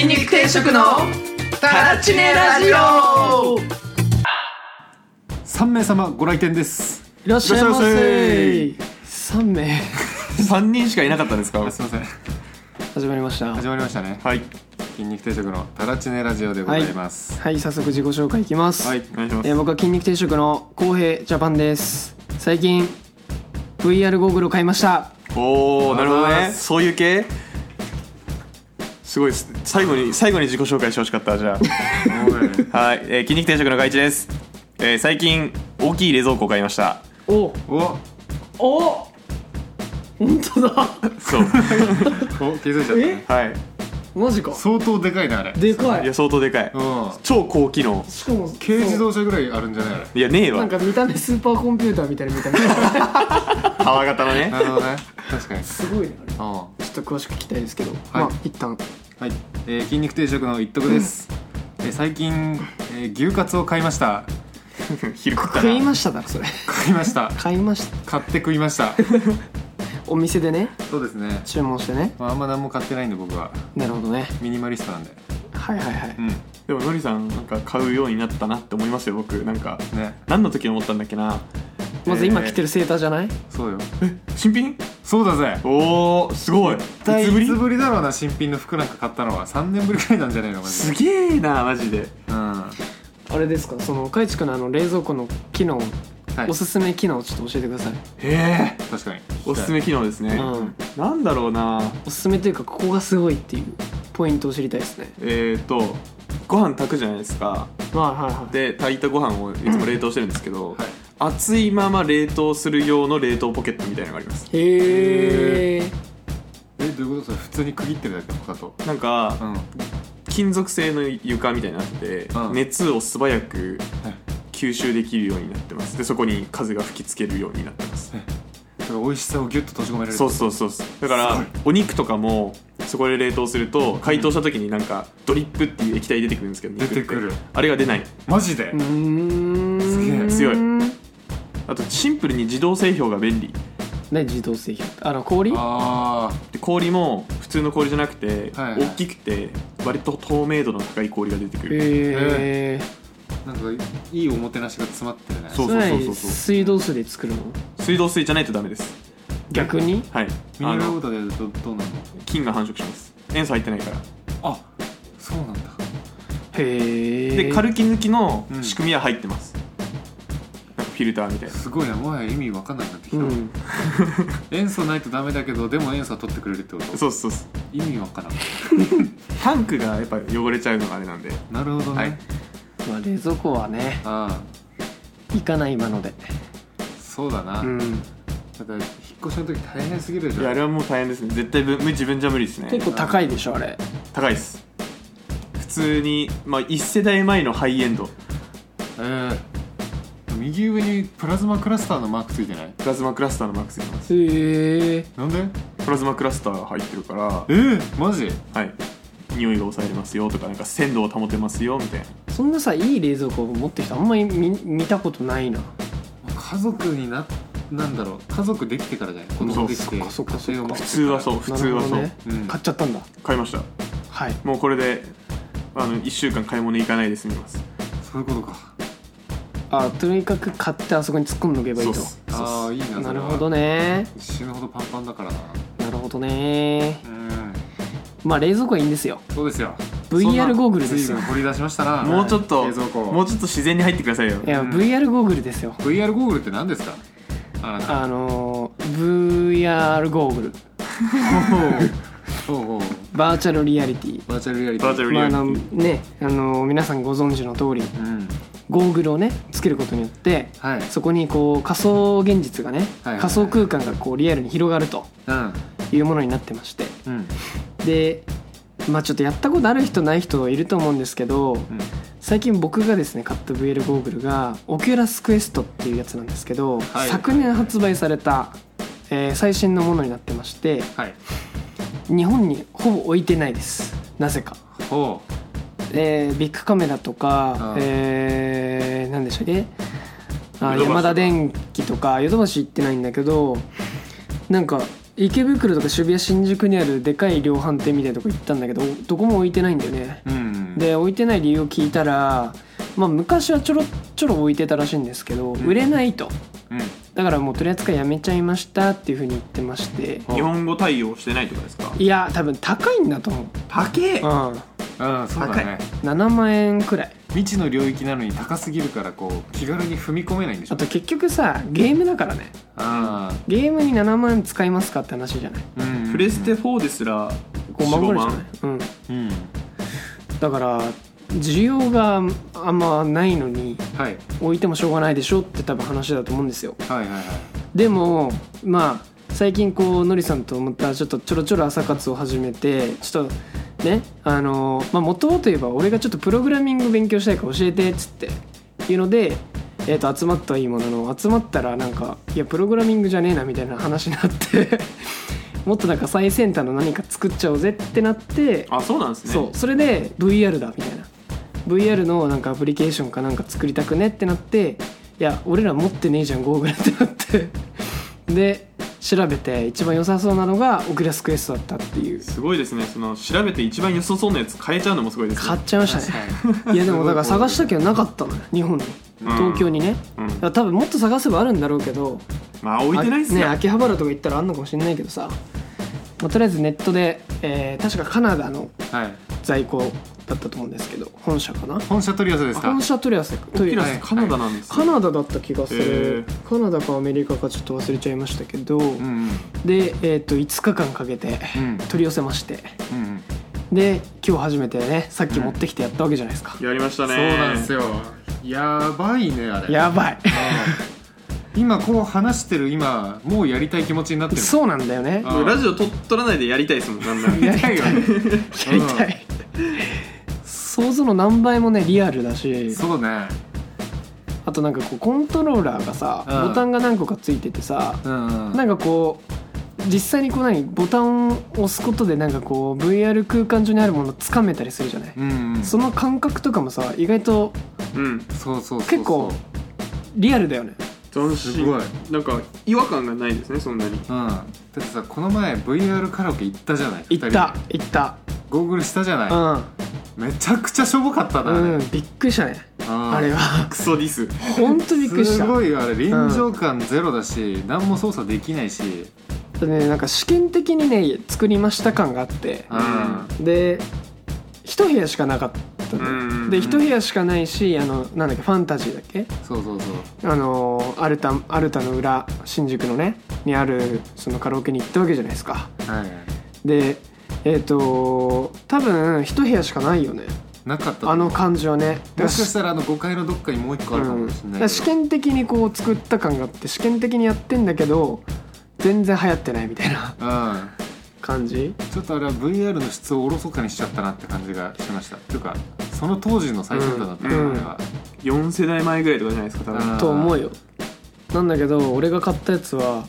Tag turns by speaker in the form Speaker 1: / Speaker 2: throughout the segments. Speaker 1: 食のタラチネラジオ
Speaker 2: 三名様ご来店です。
Speaker 3: いらっしゃいませ三名
Speaker 1: 三人しかいなかったんですか
Speaker 2: あすみません。
Speaker 3: 始まりました
Speaker 2: 始まりましたね。
Speaker 1: はい
Speaker 2: 筋肉定食のタラチネラジオでございます。
Speaker 3: はい早速自己紹介いきます、
Speaker 2: はい。
Speaker 1: お願いします
Speaker 3: えー僕は筋肉定食の浩平ジャパンです最近 VR ゴーグルを買いました
Speaker 1: おおなるほど
Speaker 2: おはようござい
Speaker 1: ね
Speaker 2: ます
Speaker 1: そういう系すごいです最後に最後に自己紹介してほしかったじゃあはい、えー、筋肉定食の外地です、えー、最近大きい冷蔵庫を買いました
Speaker 3: お
Speaker 2: おい。
Speaker 3: お本当だ
Speaker 1: そう
Speaker 2: お、お、気づいちゃったね。
Speaker 1: はい
Speaker 3: マジか
Speaker 2: 相当でかいなあれ。
Speaker 3: でか
Speaker 1: いや相当でかい
Speaker 2: うん。
Speaker 1: 超高機能
Speaker 3: しかも
Speaker 2: 軽自動車ぐらいあるんじゃないあれ。
Speaker 1: いやねえ
Speaker 3: そうな
Speaker 1: わ
Speaker 3: んか見た目スーパーコンピューターみたいな見 た目
Speaker 1: 泡型のね
Speaker 2: なるほどね。確かに。
Speaker 3: すごいねあれ
Speaker 2: うん。は
Speaker 3: ちょっと詳しく聞きたいですけど、まあ一旦
Speaker 2: い。えー、筋肉定食の一徳です。えー最近、えー牛カツを買いました。
Speaker 1: 昼食った
Speaker 3: 食い
Speaker 1: な
Speaker 3: ましただろそれ
Speaker 2: 買いました。
Speaker 3: 買いました
Speaker 2: 買って食いました。
Speaker 3: お店でね
Speaker 2: そうですね。
Speaker 3: 注文してね
Speaker 2: まあ、あんま何も買ってないんで僕は
Speaker 3: なるほどね
Speaker 2: ミニマリストなんで。
Speaker 3: はいはいはい
Speaker 2: うん。
Speaker 1: でものりさんなんか買うようになったなって思いますよ僕なんか
Speaker 2: ね。
Speaker 1: 何の時に思ったんだっけな
Speaker 3: まず今着てるセーターじゃない、
Speaker 2: そうよ。
Speaker 1: 新品
Speaker 2: そうだぜ。
Speaker 1: おおすごいい
Speaker 2: い
Speaker 1: つぶり
Speaker 2: つぶりだろうな新品の服なんか買ったのは3年ぶりくらいなんじゃないのマジ
Speaker 1: す
Speaker 2: で
Speaker 1: げえなマジで
Speaker 2: うんは
Speaker 3: あれですかその海地君のあの冷蔵庫の機能、
Speaker 2: い
Speaker 3: おすすめ機能ちょっと教えてください、
Speaker 1: へえ
Speaker 2: 確かに
Speaker 1: おすすめ機能ですね、
Speaker 3: うん、
Speaker 1: なんだろうな
Speaker 3: おすすめというかここがすごいっていうポイントを知りたいですね
Speaker 1: えっ、ー、とご飯炊くじゃないですか
Speaker 3: はいはいはい
Speaker 1: で炊いたご飯をいつも冷凍してるんですけど、
Speaker 2: はい
Speaker 1: 熱いまま冷凍する用の冷凍ポケットみたいなのがあります
Speaker 3: へえ
Speaker 2: えどういうことそれ普通に区切ってるだけのかと
Speaker 1: なんか、
Speaker 2: うんはい
Speaker 1: 金属製の床みたいになって、
Speaker 2: うん
Speaker 1: 熱を素早く吸収できるようになってますでそこに風が吹きつけるようになってます
Speaker 2: だから美味しさをギュッと閉じ込められる
Speaker 1: そうそうそうそうだからお肉とかもそこで冷凍すると解凍した時になんかドリップっていう液体出てくるんですけど
Speaker 2: 出てくる
Speaker 1: 肉ってあれが出ない
Speaker 2: マジで
Speaker 3: うーん
Speaker 2: すげえ
Speaker 1: 強い
Speaker 3: ね
Speaker 1: あとシンプルに自動製氷が便利
Speaker 3: 自動製氷あの氷
Speaker 2: あ
Speaker 1: で氷も普通の氷じゃなくて、
Speaker 2: はいはい
Speaker 1: 大きくて割と透明度の高い氷が出てくる、
Speaker 3: へえ
Speaker 2: ーなんかいいおもてなしが詰まってるね
Speaker 1: そう
Speaker 3: それなりに水道水で作るの
Speaker 1: 水道水じゃないとダメです
Speaker 3: 逆に
Speaker 1: はい
Speaker 2: ミ
Speaker 1: あ
Speaker 2: ネラルウォー
Speaker 1: の
Speaker 2: ターでやるとどうなるの
Speaker 1: 菌が繁殖します塩素入ってないから
Speaker 2: あそうなんだ
Speaker 3: へえ
Speaker 1: でカルキ抜きの
Speaker 2: うん
Speaker 1: 仕組みは入ってます、なんかフィルターみたいな
Speaker 2: すごいなもはや意味わかんなくなってき
Speaker 3: う
Speaker 2: た、
Speaker 3: ん
Speaker 2: 塩素ないとダメだけどでも塩素は取ってくれるってこと
Speaker 1: そうそうそう
Speaker 2: 意味わからん
Speaker 1: タンクがやっぱ汚れちゃうのがあれなんで
Speaker 2: なるほどね、
Speaker 1: はい
Speaker 3: まあ冷蔵庫はね
Speaker 2: あ
Speaker 3: いかない今ので
Speaker 2: あそうだな、
Speaker 3: うん
Speaker 2: ただ引っ越しの時大変すぎるじ
Speaker 1: いや
Speaker 2: ゃ
Speaker 1: あ
Speaker 2: ん
Speaker 1: れはもう大変ですね絶対ぶ自分じゃ無理ですね
Speaker 3: 結構高いでしょあれ
Speaker 1: 高いです普通に、まあ、1世代前のハイエンド
Speaker 2: えー右上にプラズマクラスターのマークついてない
Speaker 1: プラズマクラスターのマックス入れます
Speaker 3: へえ
Speaker 2: なんで
Speaker 1: プラズマクラスターが入ってるから
Speaker 2: えー、マジ
Speaker 1: はい匂いが抑えれますよとかなんか鮮度を保てますよみたいな
Speaker 3: そんなさいい冷蔵庫を持ってる人あんまり見見たことないな
Speaker 2: 家族にななんだろう家族できてからじゃない子供できて
Speaker 3: そうそっかそっかそっ
Speaker 2: 家
Speaker 3: か
Speaker 2: 庭を持って
Speaker 1: 普通はそうう普通は
Speaker 3: な
Speaker 1: そう、
Speaker 3: るほどね
Speaker 2: うん
Speaker 3: 買っちゃったんだ
Speaker 1: 買いました
Speaker 3: はい
Speaker 1: もうこれであの1週間買い物行かないで済みます
Speaker 2: そういうことか
Speaker 3: あとにかく買ってあそこに突っ込んどけばいいと
Speaker 1: そうっす
Speaker 2: ああいいなそれは
Speaker 3: なるほどね
Speaker 2: 死ぬほどパンパンだからな
Speaker 3: なるほどね
Speaker 2: うん
Speaker 3: まあ冷蔵庫はいいんですよ
Speaker 2: そうですよ
Speaker 3: VR ゴーグルです
Speaker 2: 随
Speaker 3: よ
Speaker 2: 分掘り出しましたな
Speaker 1: もうちょっと
Speaker 2: 冷蔵庫
Speaker 1: もうちょっと自然に入ってくださいよ
Speaker 3: いや
Speaker 2: うん
Speaker 3: VR ゴーグルですよ
Speaker 2: VR ゴーグルって何ですかあなた
Speaker 3: あのー VR ゴーグル
Speaker 2: ほうほうほう
Speaker 3: バーチャルリアリティ
Speaker 2: バーチャルリアリティ
Speaker 1: バーチャルリ
Speaker 3: まあ
Speaker 1: ア
Speaker 3: あ
Speaker 1: リテ
Speaker 3: の
Speaker 1: ィ
Speaker 3: ねあのー皆さんご存知の通り
Speaker 2: うん
Speaker 3: ゴーグルをねつけることによって
Speaker 2: はい
Speaker 3: そこにこう仮想現実がね、
Speaker 2: はいはい
Speaker 3: 仮想空間がこうリアルに広がると
Speaker 2: うん
Speaker 3: いうものになってまして
Speaker 2: うん
Speaker 3: でまあちょっとやったことある人ない人いると思うんですけど
Speaker 2: うん
Speaker 3: 最近僕がですね買った VR ゴーグルがオキュラスクエストっていうやつなんですけど、
Speaker 2: はい
Speaker 3: 昨年発売された、えー最新のものになってまして
Speaker 2: はい
Speaker 3: 日本にほぼ置いてないですなぜか、
Speaker 2: ほう
Speaker 3: えービッグカメラとか
Speaker 2: うん
Speaker 3: えー、何でしたっけあ
Speaker 1: ヨドバシとか
Speaker 3: ヤマダ電機とかヨドバシ行ってないんだけどなんか池袋とか渋谷新宿にあるでかい量販店みたいなとこ行ったんだけどどこも置いてないんだよね
Speaker 2: うん
Speaker 3: で置いてない理由を聞いたら、まあ、昔はちょろちょろ置いてたらしいんですけど、売れないと
Speaker 2: うん
Speaker 3: だからもう取り扱いやめちゃいましたっていうふうに言ってまして
Speaker 1: 日本語対応してないとかですか
Speaker 3: いや多分高いんだと思う、
Speaker 1: 高え
Speaker 3: う
Speaker 2: うんそうだね
Speaker 3: ん、7万円くらい
Speaker 2: 未知の領域なのに高すぎるからこう気軽に踏み込めないんでし
Speaker 3: あ
Speaker 2: ょ
Speaker 3: と結局さゲームだからね
Speaker 2: ああ
Speaker 3: ゲームに7万使いますかって話じゃない
Speaker 2: うん
Speaker 1: プレステ4ですら
Speaker 3: 5万ぐ
Speaker 1: 4
Speaker 3: らいじゃない、う
Speaker 2: う
Speaker 3: ん、
Speaker 2: ん
Speaker 3: だから需要があんまないのに
Speaker 2: はい
Speaker 3: 置いてもしょうがないでしょって多分話だと思うんですよ
Speaker 2: はいはいはい
Speaker 3: でもまあ最近こうのりさんとまたちょっとちょろちょろ朝活を始めてちょっとねあのまあ元はといえば俺がちょっとプログラミング勉強したいから教えてっつっていうので、えー、と集まったはいいものの集まったらなんかいやプログラミングじゃねえなみたいな話になって もっとなんか最先端の何か作っちゃおうぜってなって
Speaker 1: あそうなんですね
Speaker 3: そうそれで VR だみたいな VR のなんかアプリケーションかなんか作りたくねってなっていや俺ら持ってねえじゃんゴーグルってな ってで調べて一番良さそうなのがオキュラスクエストだったっていう
Speaker 1: すごいですねその調べて一番良さそうなやつ変えちゃうのもすごいですね
Speaker 3: 買っちゃいましたねいやでもだから探したけどなかったのよ日本に
Speaker 1: うん
Speaker 3: 東京にね、
Speaker 1: うん
Speaker 3: だから多分もっと探せばあるんだろうけど
Speaker 1: まあ置いてないっす
Speaker 3: ね
Speaker 1: よ、
Speaker 3: 秋葉原とか行ったらあんのかもしれないけどさ、まあとりあえずネットで、えー確かカナダの
Speaker 2: はい
Speaker 3: 在庫だったと思うんですけど本社かな
Speaker 2: 本社取り寄せですか
Speaker 3: 本社取り合わせ
Speaker 1: オ
Speaker 3: 取
Speaker 1: キ
Speaker 3: り合
Speaker 1: ラ
Speaker 3: わせ
Speaker 1: スカナダなんですよ
Speaker 3: カナダだった気がする、
Speaker 1: へ
Speaker 3: カナダかアメリカかちょっと忘れちゃいましたけど、
Speaker 2: うんうん
Speaker 3: で、えー、と5日間かけて
Speaker 2: うん
Speaker 3: 取り寄せまして
Speaker 2: うんうん
Speaker 3: で今日初めてねさっき持ってきてやったわけじゃないですか、
Speaker 1: やりましたね
Speaker 2: そうなんですよやばいねあれ
Speaker 3: やば
Speaker 2: あー今こう話してる今もうやりたい気持ちになって
Speaker 3: い
Speaker 2: る
Speaker 3: そうなんだよね
Speaker 2: あ
Speaker 1: もうラジオと取らないでやりたいですもんなんなら
Speaker 3: やりたいよねやりたい、想像の何倍もねリアルだし
Speaker 2: そうね
Speaker 3: あとなんかこうコントローラーがさ、
Speaker 2: うん
Speaker 3: ボタンが何個かついててさ、
Speaker 2: うんうん
Speaker 3: なんかこう実際にこう何ボタンを押すことでなんかこう VR 空間上にあるものをつかめたりするじゃない、
Speaker 2: うんうん
Speaker 3: その感覚とかもさ意外と
Speaker 1: うん
Speaker 2: そうそうそうそう
Speaker 3: 結構リアルだよね
Speaker 1: 斬
Speaker 2: す
Speaker 1: 新
Speaker 2: ごい
Speaker 1: なんか違和感がないですねそんなに
Speaker 2: うんだってさこの前 VR カラオケ行ったじゃない
Speaker 3: 行っ
Speaker 2: 二
Speaker 3: た
Speaker 2: 人で
Speaker 3: 行った
Speaker 2: ゴーグルしたじゃないめちゃくちゃしょぼかった
Speaker 3: う
Speaker 2: なあれ
Speaker 3: ん、うん、びっくりしたね
Speaker 2: あー
Speaker 3: あれは
Speaker 1: クソディス
Speaker 3: 本当びっくりし
Speaker 2: す
Speaker 3: た
Speaker 2: ごいあれ臨場感ゼロだし、何も操作できないし
Speaker 3: でねなんか試験的にね作りました感があって
Speaker 2: あ
Speaker 3: で一部屋しかなかった
Speaker 1: う
Speaker 3: の、
Speaker 1: ん
Speaker 3: で一部屋しかないしあのなんだっけファンタジーだっけ
Speaker 2: そうそうそう
Speaker 3: あのーアルタアルタの裏新宿のねにあるそのカラオケに行ったわけじゃないですか
Speaker 2: はい
Speaker 3: でえっ、と多分一部屋しかないよね
Speaker 2: なかった
Speaker 3: あの感じはねだ
Speaker 2: も
Speaker 3: か
Speaker 2: しかしたらあの5階のどっかにもう一個あ
Speaker 3: ら
Speaker 2: るか
Speaker 3: うん
Speaker 2: も
Speaker 3: だ
Speaker 2: しれ
Speaker 3: か
Speaker 2: ないけど、
Speaker 3: ら試験的にこう作った感があって試験的にやってんだけど全然流行ってないみたいな
Speaker 2: うん
Speaker 3: 感じ
Speaker 2: ちょっとあれは VR の質をおろそかにしちゃったなって感じがしましたっていうかその当時の最先端だった
Speaker 3: うん
Speaker 2: のあれは、
Speaker 1: 4世代前ぐらいとかじゃないですか多分
Speaker 2: うん
Speaker 3: と思うよなんだけど俺が買ったやつは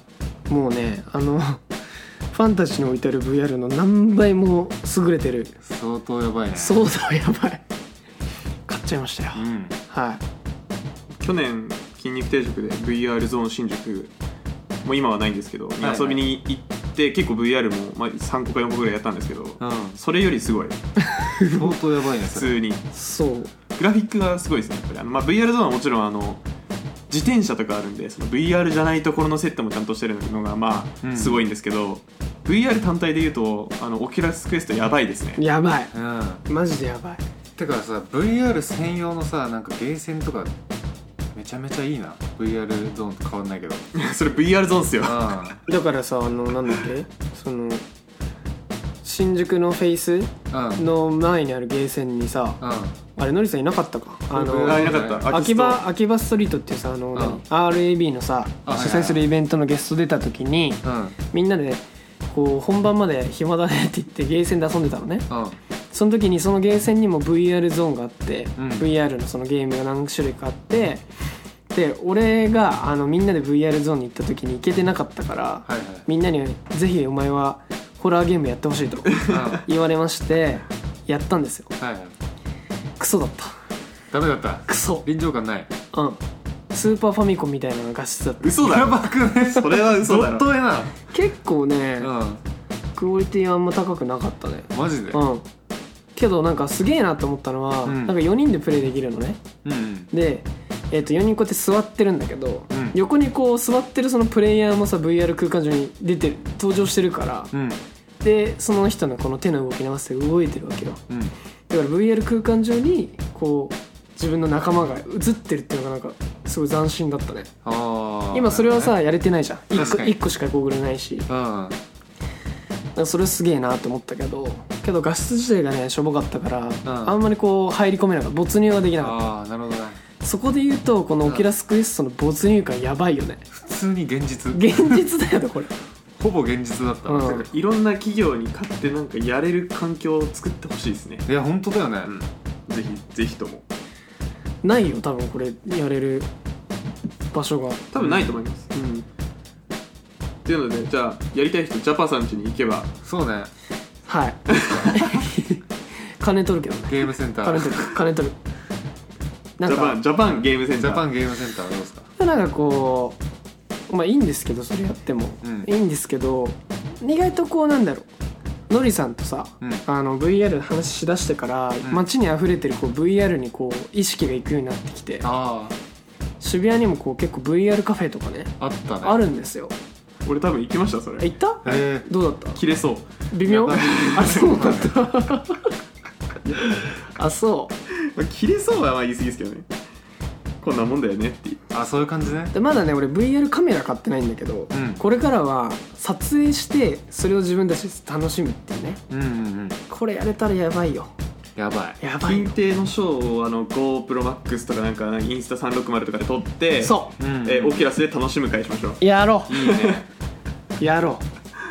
Speaker 3: もうねあの ファンタジーに置いてある VR の何倍も優れてる
Speaker 2: 相当やばいね
Speaker 3: 想像やばい買っちゃいましたよ、
Speaker 2: うん
Speaker 3: はい
Speaker 1: 去年筋肉定食で VR ゾーン新宿もう今はないんですけど、
Speaker 2: いはい
Speaker 1: 遊びに行って結構 VR も、まあ、3個か4個ぐらいやったんですけど、
Speaker 2: うん
Speaker 1: それよりすごい
Speaker 2: 相当やばいね
Speaker 1: 普
Speaker 2: それ
Speaker 1: 通に
Speaker 3: そう
Speaker 1: グラフィックがすごいですねやっぱりあの、まあ、VR ゾーンはもちろんあの自転車とかあるんでその VR じゃないところのセットもちゃんとしてるのがま
Speaker 2: うん
Speaker 1: あすごいんですけど、VR 単体で言うとあのオキュラスクエストやばいですね
Speaker 3: やばい
Speaker 2: うん
Speaker 3: マジでやばい
Speaker 2: てかさ VR 専用のさなんかゲーセンとかめちゃめちゃいいな VR ゾーンと変わん ないけど
Speaker 1: それ VR ゾーンっすよ
Speaker 2: あ
Speaker 3: だからさあのなんだっけその新宿のフェイス
Speaker 2: あうんうん
Speaker 3: の前にあるゲーセンにさあれのりさんいなかったか
Speaker 2: 僕
Speaker 3: あ
Speaker 1: あ
Speaker 3: の
Speaker 1: いなかった
Speaker 3: 秋
Speaker 1: 空き
Speaker 3: 葉秋葉ストリートっていうさあの、
Speaker 2: ん
Speaker 3: 何 RAB のさ主
Speaker 2: あはいはい
Speaker 3: 催するイベントのゲスト出た時に
Speaker 2: うん
Speaker 3: みんなでこう本番まで暇だねって言ってゲーセンで遊んでたのね
Speaker 2: うん
Speaker 3: その時にそのゲーセンにも VR ゾーンがあって、
Speaker 2: うん
Speaker 3: VR のそのゲームが何種類かあってで俺があのみんなで VR ゾーンに行った時に行けてなかったから、
Speaker 2: はいはい
Speaker 3: みんなに「ぜひお前はホラーゲームやってほしい」と
Speaker 2: うんは
Speaker 3: 言われましてやったんですよ
Speaker 2: いはい
Speaker 3: クソだった
Speaker 2: ダメだった
Speaker 3: クソ
Speaker 2: 臨場感ない
Speaker 3: うんスーパーファミコンみたいな画質だった
Speaker 1: 嘘だ
Speaker 2: や
Speaker 1: ろ
Speaker 2: ばくね
Speaker 1: それは嘘だろ
Speaker 2: ドット絵な
Speaker 3: 結構ね
Speaker 2: うん
Speaker 3: クオリティはあんま高くなかったね
Speaker 2: マジで
Speaker 3: うんけどなんかすげえなと思ったのは、
Speaker 2: うん
Speaker 3: なんか4人でプレイできるのね
Speaker 2: うん
Speaker 3: で、えー、と4人こうやって座ってるんだけど、
Speaker 2: うん
Speaker 3: 横にこう座ってるそのプレイヤーもさ VR 空間上に出て登場してるから、
Speaker 2: うん
Speaker 3: でその人のこの手の動きに合わせて動いてるわけよ
Speaker 2: うん
Speaker 3: だから VR 空間上にこう自分の仲間が映ってるっていうのがなんかすごい斬新だったね
Speaker 2: ああ
Speaker 3: 今それはさやれてないじゃん
Speaker 2: 確
Speaker 3: 1, 個
Speaker 2: かに
Speaker 3: 一個しかゴーグルないしだか
Speaker 2: うん
Speaker 3: らそれすげえなと思ったけどけど画質自体がねしょぼかったから、
Speaker 2: ん
Speaker 3: あんまりこう入り込めなかった没入ができなかっ
Speaker 2: ああなるほどね
Speaker 3: たそこで言うとこのオキュラスクエストの没入感やばいよね
Speaker 2: 普通に現実
Speaker 3: 現実だよねこれ
Speaker 2: ほぼ現実だった、
Speaker 3: うん
Speaker 1: なんかいろんな企業に買ってなんかやれる環境を作ってほしいですね
Speaker 2: いや本当だよね、
Speaker 1: うんぜひぜひとも
Speaker 3: ないよ多分これやれる場所が
Speaker 1: 多分ないと思います、
Speaker 3: うん
Speaker 1: っていうのでじゃあやりたい人ジャパさん家に行けば
Speaker 2: そうね
Speaker 3: はい 金取るけどね
Speaker 2: ゲームセンタ
Speaker 3: 金取
Speaker 2: ー
Speaker 3: る金取る
Speaker 1: ジ
Speaker 3: なん
Speaker 1: ャ
Speaker 3: か
Speaker 1: パンジャパンゲームセン
Speaker 2: ジ
Speaker 1: ター
Speaker 2: ャパンゲームセンターはどうですか
Speaker 3: なんかこうまあいいんですけどそれやっても、
Speaker 2: うん
Speaker 3: いいんですけど意外とこうなんだろうのりさんとさ、
Speaker 2: うん
Speaker 3: あの VR の話しだしてから、
Speaker 2: ん
Speaker 3: 街に溢れてるこう VR にこう意識がいくようになってきて
Speaker 2: あ
Speaker 3: 渋谷にもこう結構 VR カフェとかね
Speaker 2: ああったね
Speaker 3: あるんですよ
Speaker 1: 俺多分行きましたそ
Speaker 3: え
Speaker 1: れ
Speaker 3: 行った
Speaker 2: え
Speaker 3: どうだっ
Speaker 1: 切れそう
Speaker 3: た微妙
Speaker 2: やばい
Speaker 3: あそうだった あそう
Speaker 1: まあ切れそうはまあ言い過ぎですけどねこんなもんだよねっていう
Speaker 2: ー、あそういう感じね
Speaker 3: でまだね俺 VR カメラ買ってないんだけど、
Speaker 2: うん
Speaker 3: これからは撮影してそれを自分たちで楽しむっていうね
Speaker 2: うんうんうん
Speaker 3: これやれたらやばいよ
Speaker 2: やばい
Speaker 3: やばい
Speaker 1: 金
Speaker 3: よ
Speaker 1: 定のショーをあの GoProMax とかなんかインスタ360とかで撮って
Speaker 3: そうう、
Speaker 2: ん
Speaker 1: えーオキュラスで楽しむ会しましょう
Speaker 3: やろ
Speaker 2: いいね
Speaker 3: うやろ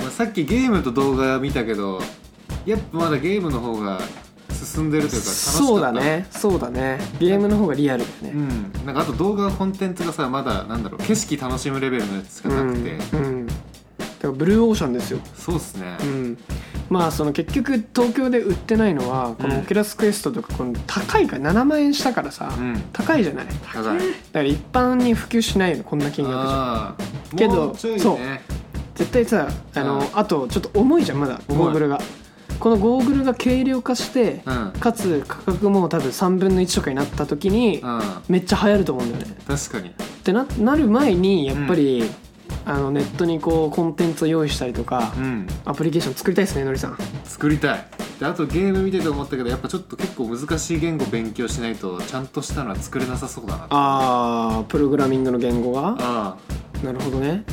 Speaker 2: まあさっきゲームと動画見たけどやっぱまだゲームの方が進んでるといううか楽しかった
Speaker 3: そうだねそうだねゲームの方がリアルだよ
Speaker 2: う
Speaker 3: ね
Speaker 2: んなんかあと動画コンテンツがさまだなんだろう景色楽しむレベルのやつしか
Speaker 3: う、
Speaker 2: なんくて、
Speaker 3: うんだからブルーオーシャンですよ、
Speaker 2: そうっすね
Speaker 3: うん、まあその結局東京で売ってないのはこ
Speaker 2: うん
Speaker 3: のオキュラスクエストとかこの高いから7万円したからさ、
Speaker 2: うん、
Speaker 3: 高いじゃないだか
Speaker 2: 高い
Speaker 3: ら一般に普及しないよこんな金額じゃ
Speaker 2: ああ
Speaker 3: けど
Speaker 2: もうちょいね
Speaker 3: そう絶対さあの、
Speaker 2: うん
Speaker 3: あとちょっと重いじゃんまだ
Speaker 2: 重い
Speaker 3: ゴーグルがこのゴーグルが軽量化して、
Speaker 2: うんうん
Speaker 3: かつ価格も多分3分の1とかになった時に、めっちゃ流行ると思うんだよね
Speaker 2: 確かに
Speaker 3: ってななる前にやっぱり、あのネットにこうコンテンツを用意したりとか、
Speaker 2: うん
Speaker 3: アプリケーション作りたいですねのりさん
Speaker 2: 作りたいであとゲーム見てて思ったけどやっぱちょっと結構難しい言語勉強しないとちゃんとしたのは作れなさそうだなあ
Speaker 3: あープログラミングの言語が
Speaker 2: あ
Speaker 3: なるほどね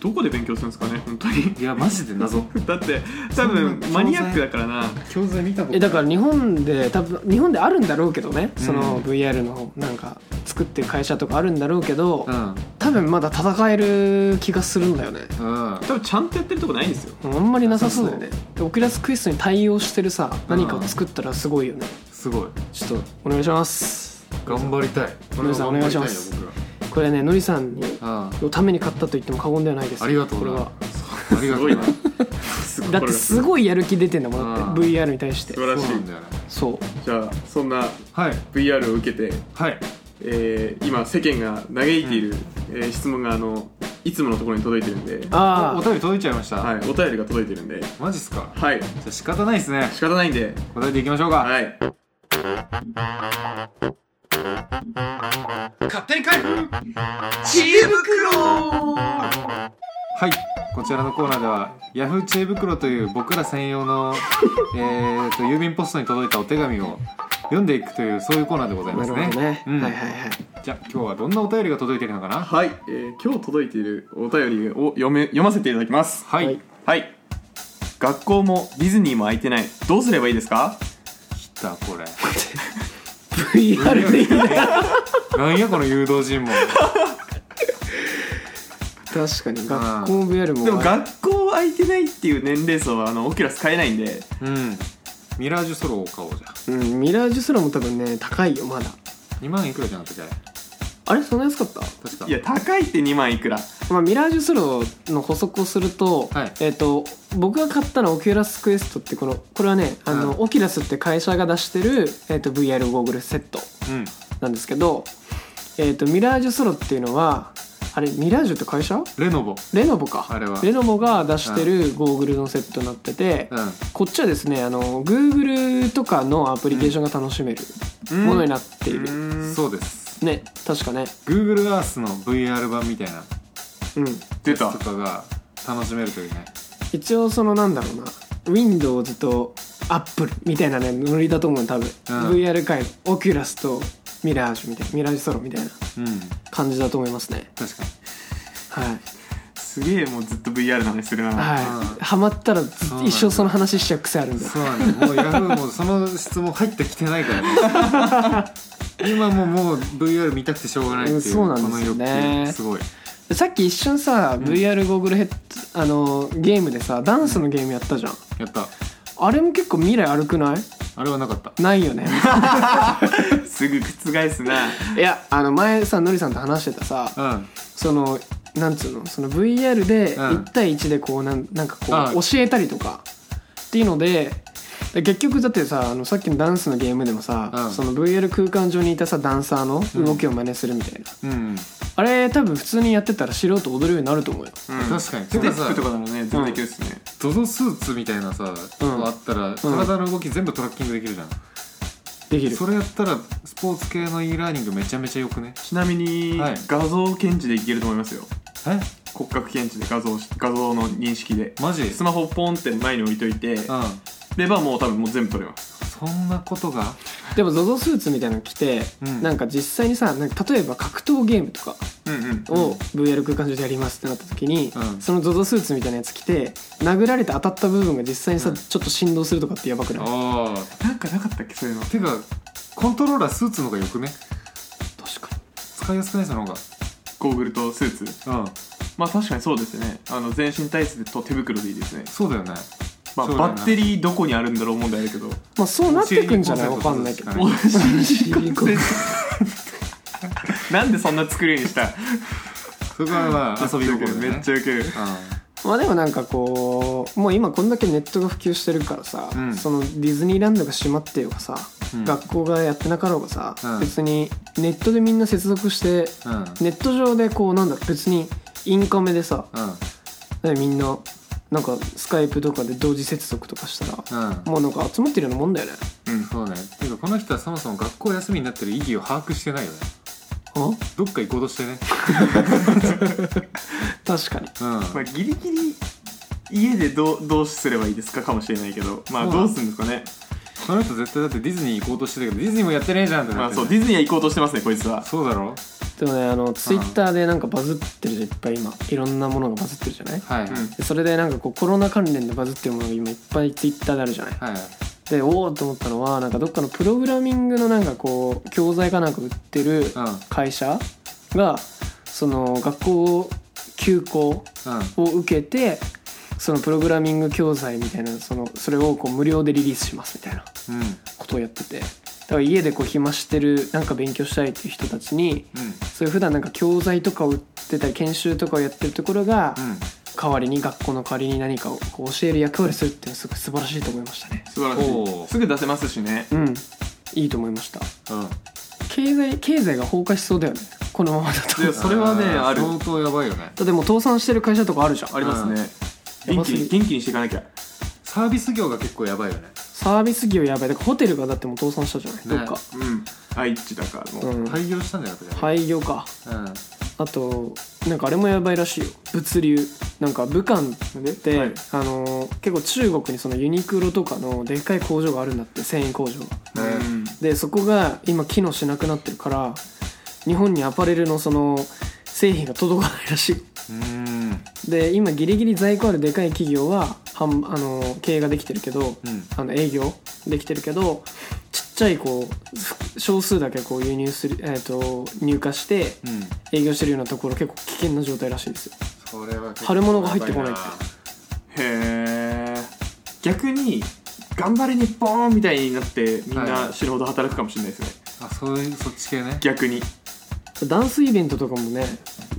Speaker 1: どこで勉強するんですかね本当に
Speaker 2: いやマジで謎
Speaker 1: だって多分マニアックだからな
Speaker 2: 教材見たこと
Speaker 3: えだから日本で多分日本であるんだろうけどねそ
Speaker 2: うん
Speaker 3: の VR のなんか作ってる会社とかあるんだろうけど、
Speaker 2: うん
Speaker 3: 多分まだ戦える気がするんだよね
Speaker 2: うん
Speaker 1: 多分ちゃんとやってるとこないんですよ
Speaker 3: あんまりなさそうだよねでオキュラスクエストに対応してるさ何かを作ったらすごいよね
Speaker 2: すごい
Speaker 3: ちょっとお願いします
Speaker 2: 頑張りたい
Speaker 3: ノリさん
Speaker 2: 俺は頑張りた
Speaker 3: お願いします
Speaker 2: よ
Speaker 3: これねのりさんに
Speaker 2: 僕らうん
Speaker 3: のために買ったと言っても過言ではないです
Speaker 2: ありがとう
Speaker 3: これは
Speaker 2: ありがとう
Speaker 1: すごい
Speaker 2: な
Speaker 1: なす
Speaker 3: だってすごいやる気出てんだもんだ
Speaker 2: あ
Speaker 3: っ
Speaker 2: ー
Speaker 3: て VR に対して
Speaker 1: 素晴らしい
Speaker 2: そうなんだよね
Speaker 3: そう
Speaker 1: じゃあそんな
Speaker 2: はい
Speaker 1: VR を受けて、
Speaker 2: はい
Speaker 1: えー今世間が嘆いている、えー質問があのいつものところに届いてるんで
Speaker 2: あお
Speaker 3: あ
Speaker 2: 便り届いちゃいました、
Speaker 1: はい、お便りが届いてるんで
Speaker 2: マジっすか
Speaker 1: はい
Speaker 2: じゃあ仕方ないですね
Speaker 1: 仕方ないんで
Speaker 2: 答えていきましょうか、
Speaker 1: はい
Speaker 2: 勝手に帰る
Speaker 1: 知恵袋
Speaker 2: はい、こちらのコーナーでは Yahoo! 知恵袋という僕ら専用の、 えー、と郵便ポストに届いたお手紙を読んでいくというそういうコーナーでござい
Speaker 3: あな
Speaker 2: ま
Speaker 3: る
Speaker 2: す
Speaker 3: ほど
Speaker 2: ね。
Speaker 3: ね、
Speaker 2: うん
Speaker 3: はいはいはい
Speaker 2: じゃあ今日はどんなお便りが届いているのかな
Speaker 1: はい、えー今日届いているお便りを読め読ませていただきます
Speaker 2: はい、
Speaker 3: はい
Speaker 1: はい学校もディズニーも空いてないどうすればいいですか
Speaker 2: 来たこれ
Speaker 3: VR でいいね
Speaker 2: なんやこの誘導尋問
Speaker 3: 確かに学校も VR も
Speaker 1: でも学校空いてないっていう年齢層はあのオキュラス買えないんで
Speaker 2: うんミラージュソロを買おうじゃん
Speaker 3: うんミラージュすらも多分ね高いよまだ
Speaker 2: 2万いくらじゃなくて
Speaker 3: あれそんな安かった
Speaker 2: 確か
Speaker 1: いや高いって2万いくら
Speaker 3: まあ、ミラージュスローの補足をすると,、
Speaker 2: はい
Speaker 3: えっと僕が買ったのはオキュラスクエストってこのこれはねあの、
Speaker 2: うん
Speaker 3: オキュラスって会社が出してる、えっと VR ゴーグルセット
Speaker 2: うん
Speaker 3: なんですけど、えっとミラージュスローっていうのはあれミラージュって会社
Speaker 2: レノボ
Speaker 3: レノボか
Speaker 2: あれは
Speaker 3: レノボが出してるゴーグルのセットになってて、
Speaker 2: うん
Speaker 3: こっちはですねあの Google とかのアプリケーションが楽しめる
Speaker 1: ん
Speaker 3: ものになっている、
Speaker 1: うん
Speaker 2: そうです
Speaker 3: ね確かね
Speaker 2: Google Earth の VR 版みたいな
Speaker 3: うん
Speaker 1: 出た
Speaker 2: とかが楽しめるというね
Speaker 3: 一応そのなんだろうな Windows と Apple みたいなねノリだと思うの多分、VR 界の Oculus とミラージュみたいなミラージュソロみたいな
Speaker 2: うん
Speaker 3: 感じだと思いますね
Speaker 2: 確かに
Speaker 3: はい、
Speaker 1: すげえもうずっと VR の話する
Speaker 3: は
Speaker 1: な、
Speaker 2: うん
Speaker 3: い、ハマったらず
Speaker 2: うなんだ
Speaker 3: 一生その話しちゃう癖あるんだよ
Speaker 2: そうなんだよもう Yahoo もその質問入ってきてないからね今もうもう VR 見たくてしょうがないっていううん
Speaker 3: そうなんですよ
Speaker 2: こ
Speaker 3: ね
Speaker 2: の欲求すごい
Speaker 3: さっき一瞬さ VR ゴーグルヘッド、あのゲームでさダンスのゲームやったじゃん、
Speaker 2: やった
Speaker 3: あれも結構未来歩くない
Speaker 2: あれはなかった
Speaker 3: ない よね
Speaker 1: すぐ覆すない
Speaker 3: やあの前さのりさんと話してたさ
Speaker 2: うん
Speaker 3: そのなんつうのその VR で
Speaker 2: うん
Speaker 3: 1対1でこうなんなんか
Speaker 2: あ
Speaker 3: こう教えたりとかっていうのでで結局だってさあのさっきのダンスのゲームでもさ、
Speaker 2: うん
Speaker 3: その VR 空間上にいたさダンサーの動きを真似するみたいな、
Speaker 2: うん、
Speaker 3: あれ多分普通にやってたら素人踊るようになると思うよ
Speaker 1: うん
Speaker 2: 確かに
Speaker 1: ス
Speaker 2: て
Speaker 1: テ
Speaker 2: か
Speaker 1: ッ
Speaker 2: さ
Speaker 1: プとかならね全部できるっすね、
Speaker 2: ドドスーツみたいなさ、
Speaker 3: うん
Speaker 2: あったら体の動き全部トラッキングできるじゃん、
Speaker 3: できる
Speaker 2: それやったらスポーツ系の e ラーニングめちゃめちゃよくね
Speaker 1: ちなみに、
Speaker 2: はい
Speaker 1: 画像検知でいけると思いますよ
Speaker 2: え
Speaker 1: 骨格検知で画像画像の認識で
Speaker 2: マジ
Speaker 1: スマホをポンって前に置いといて
Speaker 2: う
Speaker 1: ればもう多分もう全部取れます
Speaker 2: んそんなことが
Speaker 3: でも ZOZO スーツみたいなの着て、
Speaker 2: うん
Speaker 3: なんか実際にさなんか例えば格闘ゲームとか
Speaker 1: うんうん
Speaker 3: を VR 空間上でやりますってなった時に、
Speaker 2: うん
Speaker 3: その ZOZO スーツみたいなやつ着て殴られて当たった部分が実際にさ、
Speaker 2: うん
Speaker 3: ちょっと振動するとかってやばくない
Speaker 2: あ
Speaker 1: なんかなかったっけそういうの
Speaker 2: あてかコントローラースーツの方がよくね
Speaker 3: 確か
Speaker 2: 使いやすくないその方
Speaker 1: ゴーグルとスーツ
Speaker 2: がうん
Speaker 1: まあ確かにそうですねあの全身体質と手袋でいいですね
Speaker 2: そうだよね
Speaker 1: まあ
Speaker 2: そうだね
Speaker 1: バッテリーどこにあるんだろう問題あるけど
Speaker 3: まあそうなってくんじゃない
Speaker 2: お尻
Speaker 3: わ
Speaker 2: に
Speaker 3: かんないけど、
Speaker 2: コン
Speaker 3: 尻にコンセント
Speaker 1: なんでそんな作りにした
Speaker 2: そこはまあ遊び心だよね
Speaker 1: めっちゃウケる
Speaker 3: まあでもなんかこうもう今こんだけネットが普及してるからさ、
Speaker 2: うん
Speaker 3: そのディズニーランドが閉まってようがさ、
Speaker 2: うん
Speaker 3: 学校がやってなかろうがさ、
Speaker 2: うん
Speaker 3: 別にネットでみんな接続して
Speaker 2: うんうん
Speaker 3: ネット上でこうなんだろう別にインカメでさ
Speaker 2: うん
Speaker 3: ねみんななんかスカイプとかで同時接続とかしたら
Speaker 2: うん
Speaker 3: もうなんか集まってるようなもんだよね
Speaker 1: うん
Speaker 2: そうねてかこの人はそもそも学校休みになってる意義を把握してないよね
Speaker 3: あ
Speaker 2: どっか行こうとしてね
Speaker 3: 確かに
Speaker 2: うん
Speaker 1: まあギリギリ家でどうどうすればいいですかかもしれないけどまあ
Speaker 3: そう
Speaker 1: どうするんですかね
Speaker 2: その人絶対だってディズニー行こうとしてたけどディズニーもやってねえじゃんって
Speaker 1: ま
Speaker 2: なっ
Speaker 1: あ
Speaker 2: て
Speaker 1: そう
Speaker 2: る
Speaker 1: ディズニーは行こうとしてますねこいつは
Speaker 2: そうだろ
Speaker 3: でもねあのツイッターでなんかバズってるじゃんいっぱい今いろんなものがバズってるじゃない
Speaker 2: はい、
Speaker 1: うん
Speaker 3: でそれでなんかこうコロナ関連でバズってるものが今いっぱいツイッターであるじゃない
Speaker 2: はい
Speaker 3: でおおと思ったのはなんかどっかのプログラミングのなんかこう教材かなんか売ってる
Speaker 2: う
Speaker 3: 会社がその学校休校
Speaker 2: んうん
Speaker 3: を受けてそのプログラミング教材みたいなそのそれをこう無料でリリースしますみたいな
Speaker 2: うん
Speaker 3: ことをやっててだから家でこう暇してるなんか勉強したいっていう人たちに
Speaker 2: うん
Speaker 3: そういう普段なんか教材とかを売ってたり研修とかをやってるところが代わりに学校の代わりに何かをこう教える役割するっていうのはすごい素晴らしいと思いましたね
Speaker 1: 素晴らし
Speaker 2: お
Speaker 1: い
Speaker 2: ー
Speaker 1: すぐ出せますしね
Speaker 3: うんいいと思いました
Speaker 2: うんうん
Speaker 3: 経済経済が崩壊しそうだよねこのままだと
Speaker 1: いや
Speaker 3: だ
Speaker 1: それはね
Speaker 2: ー
Speaker 1: ある
Speaker 2: 相当やばいよね
Speaker 3: ってもう倒産してる会社とかあるじゃん
Speaker 1: ありますね
Speaker 3: うん
Speaker 1: 元気に
Speaker 3: やばすぎ
Speaker 1: 元気にしていかなきゃ
Speaker 2: サービス業が結構やばいよね
Speaker 3: サービス業やばいだからホテルがだってもう倒産したじゃない、
Speaker 2: ね
Speaker 3: どっか
Speaker 1: うん愛知だからもう
Speaker 3: うん
Speaker 2: 廃業したんだよこれ
Speaker 3: 廃業か
Speaker 2: うん
Speaker 3: あとなんかあれもやばいらしいよ物流なんか武漢って、
Speaker 1: はい
Speaker 3: あのー結構中国にそのユニクロとかのでっかい工場があるんだって繊維工場が
Speaker 1: うん
Speaker 3: でそこが今機能しなくなってるから日本にアパレルのその製品が届かないらしい
Speaker 2: うん
Speaker 3: で今ギリギリ在庫あるでかい企業ははんあのー経営ができてるけど、
Speaker 2: うん
Speaker 3: あの営業できてるけどちっちゃいこう少数だけこう輸入する、えー、と入荷して
Speaker 2: うん
Speaker 3: 営業してるようなところ結構危険な状態らしいですよ
Speaker 2: それは
Speaker 3: 春物が入ってこないって
Speaker 1: へえ逆に頑張れ日本みたいになってみん
Speaker 2: は
Speaker 1: ない死ぬほど働くかもしれないですね
Speaker 2: あそういうそっち系ね
Speaker 1: 逆に
Speaker 3: ダンスイベントとかもね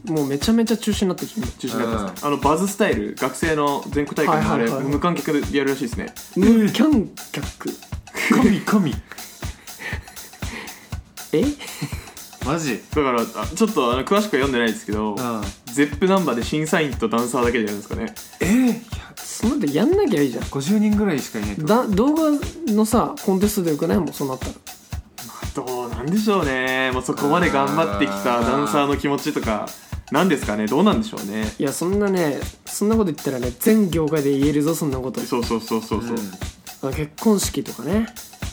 Speaker 3: もうめちゃめちゃ中止になってきてる
Speaker 1: 中心だったですねあのバズスタイル学生の全国大会のあ
Speaker 3: はい
Speaker 1: れ
Speaker 3: はいはい
Speaker 1: 無観客でやるらしいですね
Speaker 3: 無観客
Speaker 2: 神神
Speaker 3: え
Speaker 2: マジ
Speaker 1: だからあちょっとあの詳しくは読んでないですけど、
Speaker 2: うん
Speaker 1: ゼップナンバーで審査員とダンサーだけじゃないですかね
Speaker 2: え
Speaker 3: そんなってやんなきゃいいじゃん
Speaker 2: 50人ぐらいしかいないってこと
Speaker 3: だ動画のさコンテストでよくないもんそうなったら
Speaker 1: どうなんでしょうねもうそこまで頑張ってきたダンサーの気持ちとかなんですかねどうなんでしょうね
Speaker 3: いやそんなねそんなこと言ったらね全業界で言えるぞそんなこと
Speaker 1: そうそうそうそうそう、
Speaker 2: うん
Speaker 3: あ結婚式とかね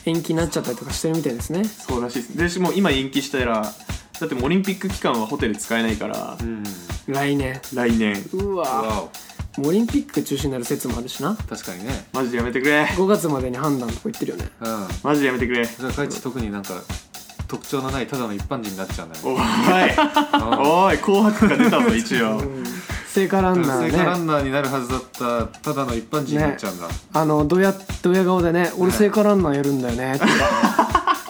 Speaker 3: 延期になっちゃったりとかしてるみたいですね
Speaker 1: そうらしいですでしもう今延期したらだってもうオリンピック期間はホテル使えないから、
Speaker 2: うん
Speaker 3: 来年
Speaker 1: 来年
Speaker 3: うわ
Speaker 2: わお
Speaker 3: オリンピック中止になる説もあるしな
Speaker 2: 確かにね
Speaker 1: マジでやめてくれ
Speaker 3: 5月までに判断とか言ってるよね
Speaker 2: うんじ
Speaker 1: マジでやめてくれ
Speaker 2: ゃあカイチ特になんか特徴のないただの一般人になっちゃうんだよね
Speaker 1: おいおい紅白が出たぞ一応
Speaker 3: うん聖火ランナ
Speaker 2: 聖火ラ
Speaker 3: ーね
Speaker 2: ンナーになるはずだったただの一般人になっちゃうんだ、
Speaker 3: あのドヤドヤ顔でね俺聖火ランナーやるんだよ ねって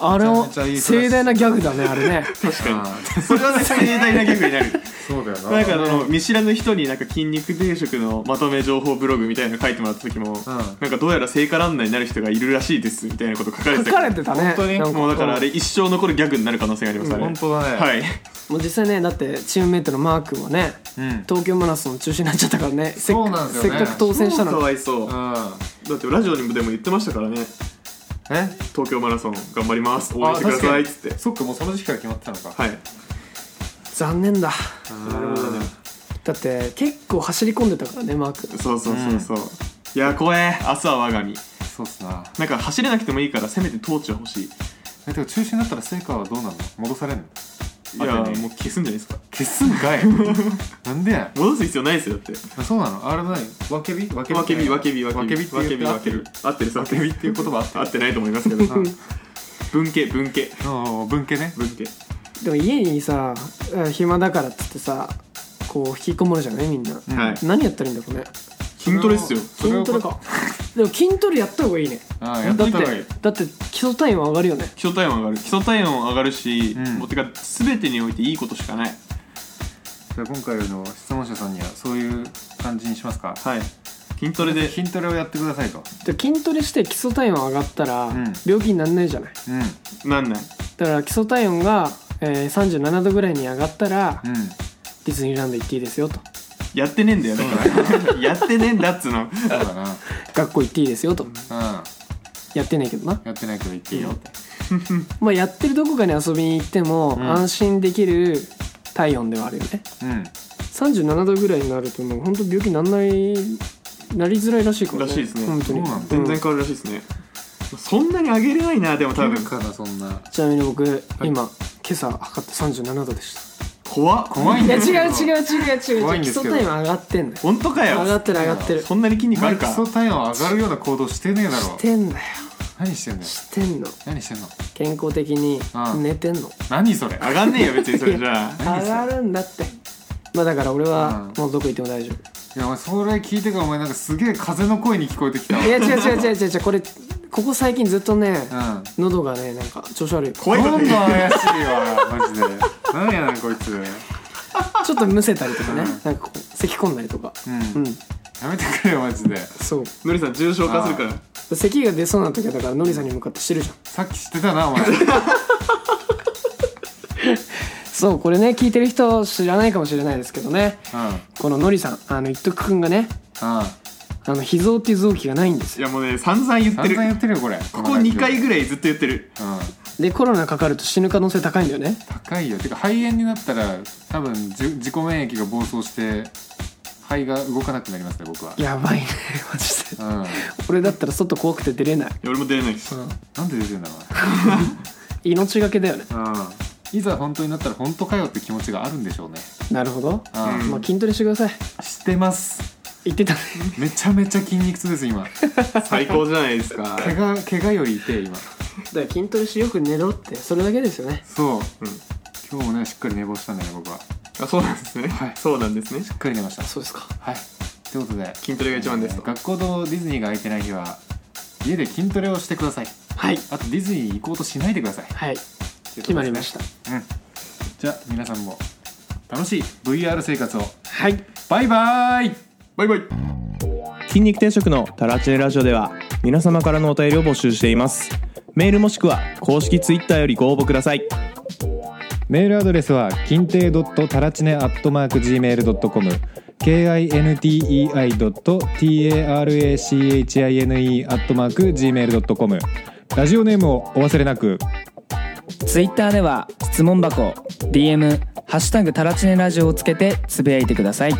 Speaker 3: あれを
Speaker 2: めちゃめちゃいいプラス
Speaker 3: 盛大なギャグだねあ れね
Speaker 1: 確
Speaker 2: あ
Speaker 1: か
Speaker 2: ー
Speaker 1: にそれはね盛大なギャグになる
Speaker 2: そうだよな
Speaker 1: なんかあの見知らぬ人になんか筋肉定食のまとめ情報ブログみたいなの書いてもらった時も、なんかどうやら聖火ランナーになる人がいるらしいですみたいなこと書かれ
Speaker 3: 書
Speaker 1: てた
Speaker 3: かれてたね
Speaker 2: 本当に
Speaker 3: なん
Speaker 1: もうだからあ
Speaker 3: こ
Speaker 1: れ一生残るギャグになる可能性がありますあれ、
Speaker 2: 本当だね
Speaker 1: はい
Speaker 3: もう実際ねだってチームメイトのマー君はね
Speaker 2: うん
Speaker 3: 東京マラソン中止になっちゃったからねせっ
Speaker 2: そうなんです
Speaker 3: せ
Speaker 2: よ
Speaker 3: っ
Speaker 2: ね
Speaker 3: かく当選した
Speaker 1: か
Speaker 3: の
Speaker 1: わ
Speaker 3: に
Speaker 1: いそう、
Speaker 2: うん
Speaker 1: だってラジオにもでも言ってましたからね
Speaker 2: え
Speaker 1: 東京マラソン頑張ります応援してくだ
Speaker 2: あ確か
Speaker 1: さい
Speaker 2: に
Speaker 1: っつって
Speaker 2: そっかもうその時期から決まってたのか
Speaker 1: はい
Speaker 3: 残念だ
Speaker 1: なるほどね
Speaker 3: だって結構走り込んでたからねマー君
Speaker 1: そうそうそうそう、いや怖え明日は我が身
Speaker 2: そうっすな
Speaker 1: なんか走れなくてもいいからせめてトーチは欲しいい
Speaker 2: えてか中止になったら成果はどうなの戻されんの
Speaker 1: や
Speaker 2: 後に
Speaker 1: もう消すんじゃないですか
Speaker 2: 消すん かいなんでや
Speaker 1: 戻す必要ないですよだって
Speaker 2: あそうなのあれも何わけびわけび
Speaker 1: わけびわけびわ
Speaker 2: わ
Speaker 1: け
Speaker 2: け
Speaker 1: び
Speaker 2: びって言って合ってる
Speaker 1: 合ってるさ
Speaker 2: わけびっていう言葉合ってる
Speaker 1: 合ってないと思いますけど
Speaker 2: うん
Speaker 1: 文系文系
Speaker 2: うん文系ね
Speaker 1: 文系
Speaker 3: でも家にさあ暇だからっつってさこう引きこもるじゃないみんな、
Speaker 2: うん
Speaker 1: はい
Speaker 3: 何やったらいいんだろうね
Speaker 1: 筋トレっすよ
Speaker 2: それ
Speaker 3: 筋
Speaker 2: を
Speaker 3: トレかでも筋トレやった方がいいね
Speaker 2: ああ
Speaker 1: や
Speaker 2: や
Speaker 1: っ
Speaker 2: っ
Speaker 1: と
Speaker 2: と
Speaker 1: い
Speaker 2: い
Speaker 1: た
Speaker 2: た
Speaker 1: 方
Speaker 2: 方が
Speaker 1: がい
Speaker 2: い
Speaker 1: い
Speaker 2: い
Speaker 3: だって基礎単位は上がるよね
Speaker 1: 基礎体温上がる基礎体温上がるし、
Speaker 2: うん
Speaker 1: もうてか全てにおいていいことしかない
Speaker 2: じゃあ今回の質問者さんにはそういう感じにしますか
Speaker 1: はい筋トレで
Speaker 2: 筋トレをやってくださいと
Speaker 3: で筋トレして基礎体温上がったら
Speaker 2: ん
Speaker 3: 病気になんないじゃない
Speaker 2: うん
Speaker 1: なんない
Speaker 3: だから基礎体温が、えー、37度ぐらいに上がったら
Speaker 2: うん
Speaker 3: ディズニーランド行っていいですよと
Speaker 1: やってねえんだよだから やってねえんだっつうの
Speaker 2: そうだなうん
Speaker 3: 学校行っていいですよとやってないけどな
Speaker 2: やってないけど言っていいよって
Speaker 3: まあやってるどこかに遊びに行っても
Speaker 2: うん
Speaker 3: 安心できる体温ではあるよね
Speaker 2: うん
Speaker 3: 37度ぐらいになるともう本当病気になんないなりづらいらしいからね
Speaker 1: らしいですね
Speaker 3: 本当
Speaker 2: そ
Speaker 3: に
Speaker 2: うなんだ
Speaker 1: 全然変わるらしいですね、そんなに上げれないなでも多
Speaker 2: 食
Speaker 1: 分
Speaker 2: べからそんな
Speaker 3: ちなみに僕、今今朝測って37度でした
Speaker 1: 怖っ
Speaker 2: 怖い
Speaker 3: い
Speaker 2: ん
Speaker 3: や
Speaker 2: だ
Speaker 3: 違
Speaker 2: けど
Speaker 3: う違う違う違う
Speaker 2: 怖
Speaker 3: 違
Speaker 2: いうん
Speaker 3: 基
Speaker 2: です
Speaker 3: 礎
Speaker 2: けど
Speaker 3: 体温上がってんのよ
Speaker 1: 本当かよ
Speaker 3: 上がってる上がってる
Speaker 1: そんなに筋
Speaker 2: お
Speaker 1: 肉あ
Speaker 2: 前
Speaker 1: る
Speaker 2: 基
Speaker 1: か
Speaker 2: 礎体温上がるような行動してねえだろ
Speaker 3: してんだよ
Speaker 2: 何してんのよ
Speaker 3: してんの
Speaker 2: 何してんの
Speaker 3: 健康的に
Speaker 2: うん
Speaker 3: 寝てんの
Speaker 2: 何それ
Speaker 1: 上がんねえよ別にそれじゃあ
Speaker 3: 上
Speaker 2: 何それ
Speaker 3: がるんだってまあだから俺は
Speaker 2: うん
Speaker 3: もうどこ行っても大丈夫
Speaker 2: いやお前それ聞いてからお前なんかすげえ風の声に聞こえてきたわ
Speaker 3: いや違う違う違う違う違うこれここ最近ずっとね
Speaker 2: うん
Speaker 3: 喉がねなんか調子悪いち
Speaker 1: 怖いこと
Speaker 2: どんどん
Speaker 1: 言う
Speaker 2: 怪しいわマジで何やねんこいつう
Speaker 3: ょっとむせたりとかね
Speaker 2: うん
Speaker 3: なんかこう咳込んだりとかうんん
Speaker 2: やめてくれよマジで
Speaker 3: そう
Speaker 1: のりさん重症化するから
Speaker 3: 咳が出そうな時はだからのりさんに向かってしてるじゃん
Speaker 2: さっき知ってたなお前
Speaker 3: そうこれね聞いてる人知らないかもしれないですけどね
Speaker 2: うん
Speaker 3: こののりさんあの一徳くんがね
Speaker 2: うん
Speaker 3: あの脾臓っていう臓器がないんです
Speaker 1: い
Speaker 3: よ
Speaker 1: やもうね散々言って
Speaker 2: 散
Speaker 1: る
Speaker 2: 々言ってるよこれ
Speaker 1: ここ2
Speaker 2: う
Speaker 1: 回
Speaker 2: ん
Speaker 1: ぐらいずっと言ってる
Speaker 3: でコロナかかると死ぬ可能性高いんだよね
Speaker 2: 高いよてか肺炎になったら多分じゅ自己免疫が暴走して肺が動かなくなりますね僕は
Speaker 3: やばいね マジで
Speaker 2: うんなん
Speaker 3: 俺だったら外怖くて出れない、
Speaker 1: いや俺も出れないです
Speaker 2: で出てんだろ
Speaker 3: 命がけだよね
Speaker 2: うなうんいざ本当になったら本当かよって気持ちがあるんでしょうね
Speaker 3: なるほど、
Speaker 2: うん
Speaker 1: ん
Speaker 3: まあ、筋トレしてください
Speaker 2: してます
Speaker 3: 言ってたね
Speaker 2: めちゃめちゃ筋肉痛です今
Speaker 1: 最高じゃないで すか
Speaker 2: 怪我怪我より痛い今
Speaker 3: だから筋トレしてよく寝ろってそれだけですよね
Speaker 2: そう
Speaker 1: うん
Speaker 2: 今日もねしっかり寝坊したんだよね僕はし
Speaker 1: あそうなんですね、
Speaker 2: はい
Speaker 1: そうなんですね
Speaker 2: っかり寝ました
Speaker 3: そうですか
Speaker 2: はいということで
Speaker 1: 筋トレが一番ですと、
Speaker 2: 学校とディズニーが空いてない日は家で筋トレをしてください
Speaker 3: はい
Speaker 2: あとディズニー行こうとしないでください
Speaker 3: はい決まりました
Speaker 2: た、うん、じゃあ皆さんも楽しい VR 生活を
Speaker 3: はい
Speaker 2: バイバーイ
Speaker 1: バイバイ
Speaker 4: 筋肉定食のタラチネラジオでは皆様からのお便りを募集していますメールもしくは公式ツイッターよりご応募ください
Speaker 2: メールアドレスは金亭ドットタラチネアットマーク gmail.com kintei.tarachine アットマーク gmail.com ラジオネームをお忘れなく
Speaker 5: ツイッターでは質問箱 DM「ハッシュタグタラチネラジオ」をつけてつぶやいてください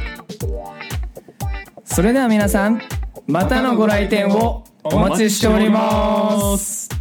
Speaker 5: それでは皆さんまたのご来店をお待ちしております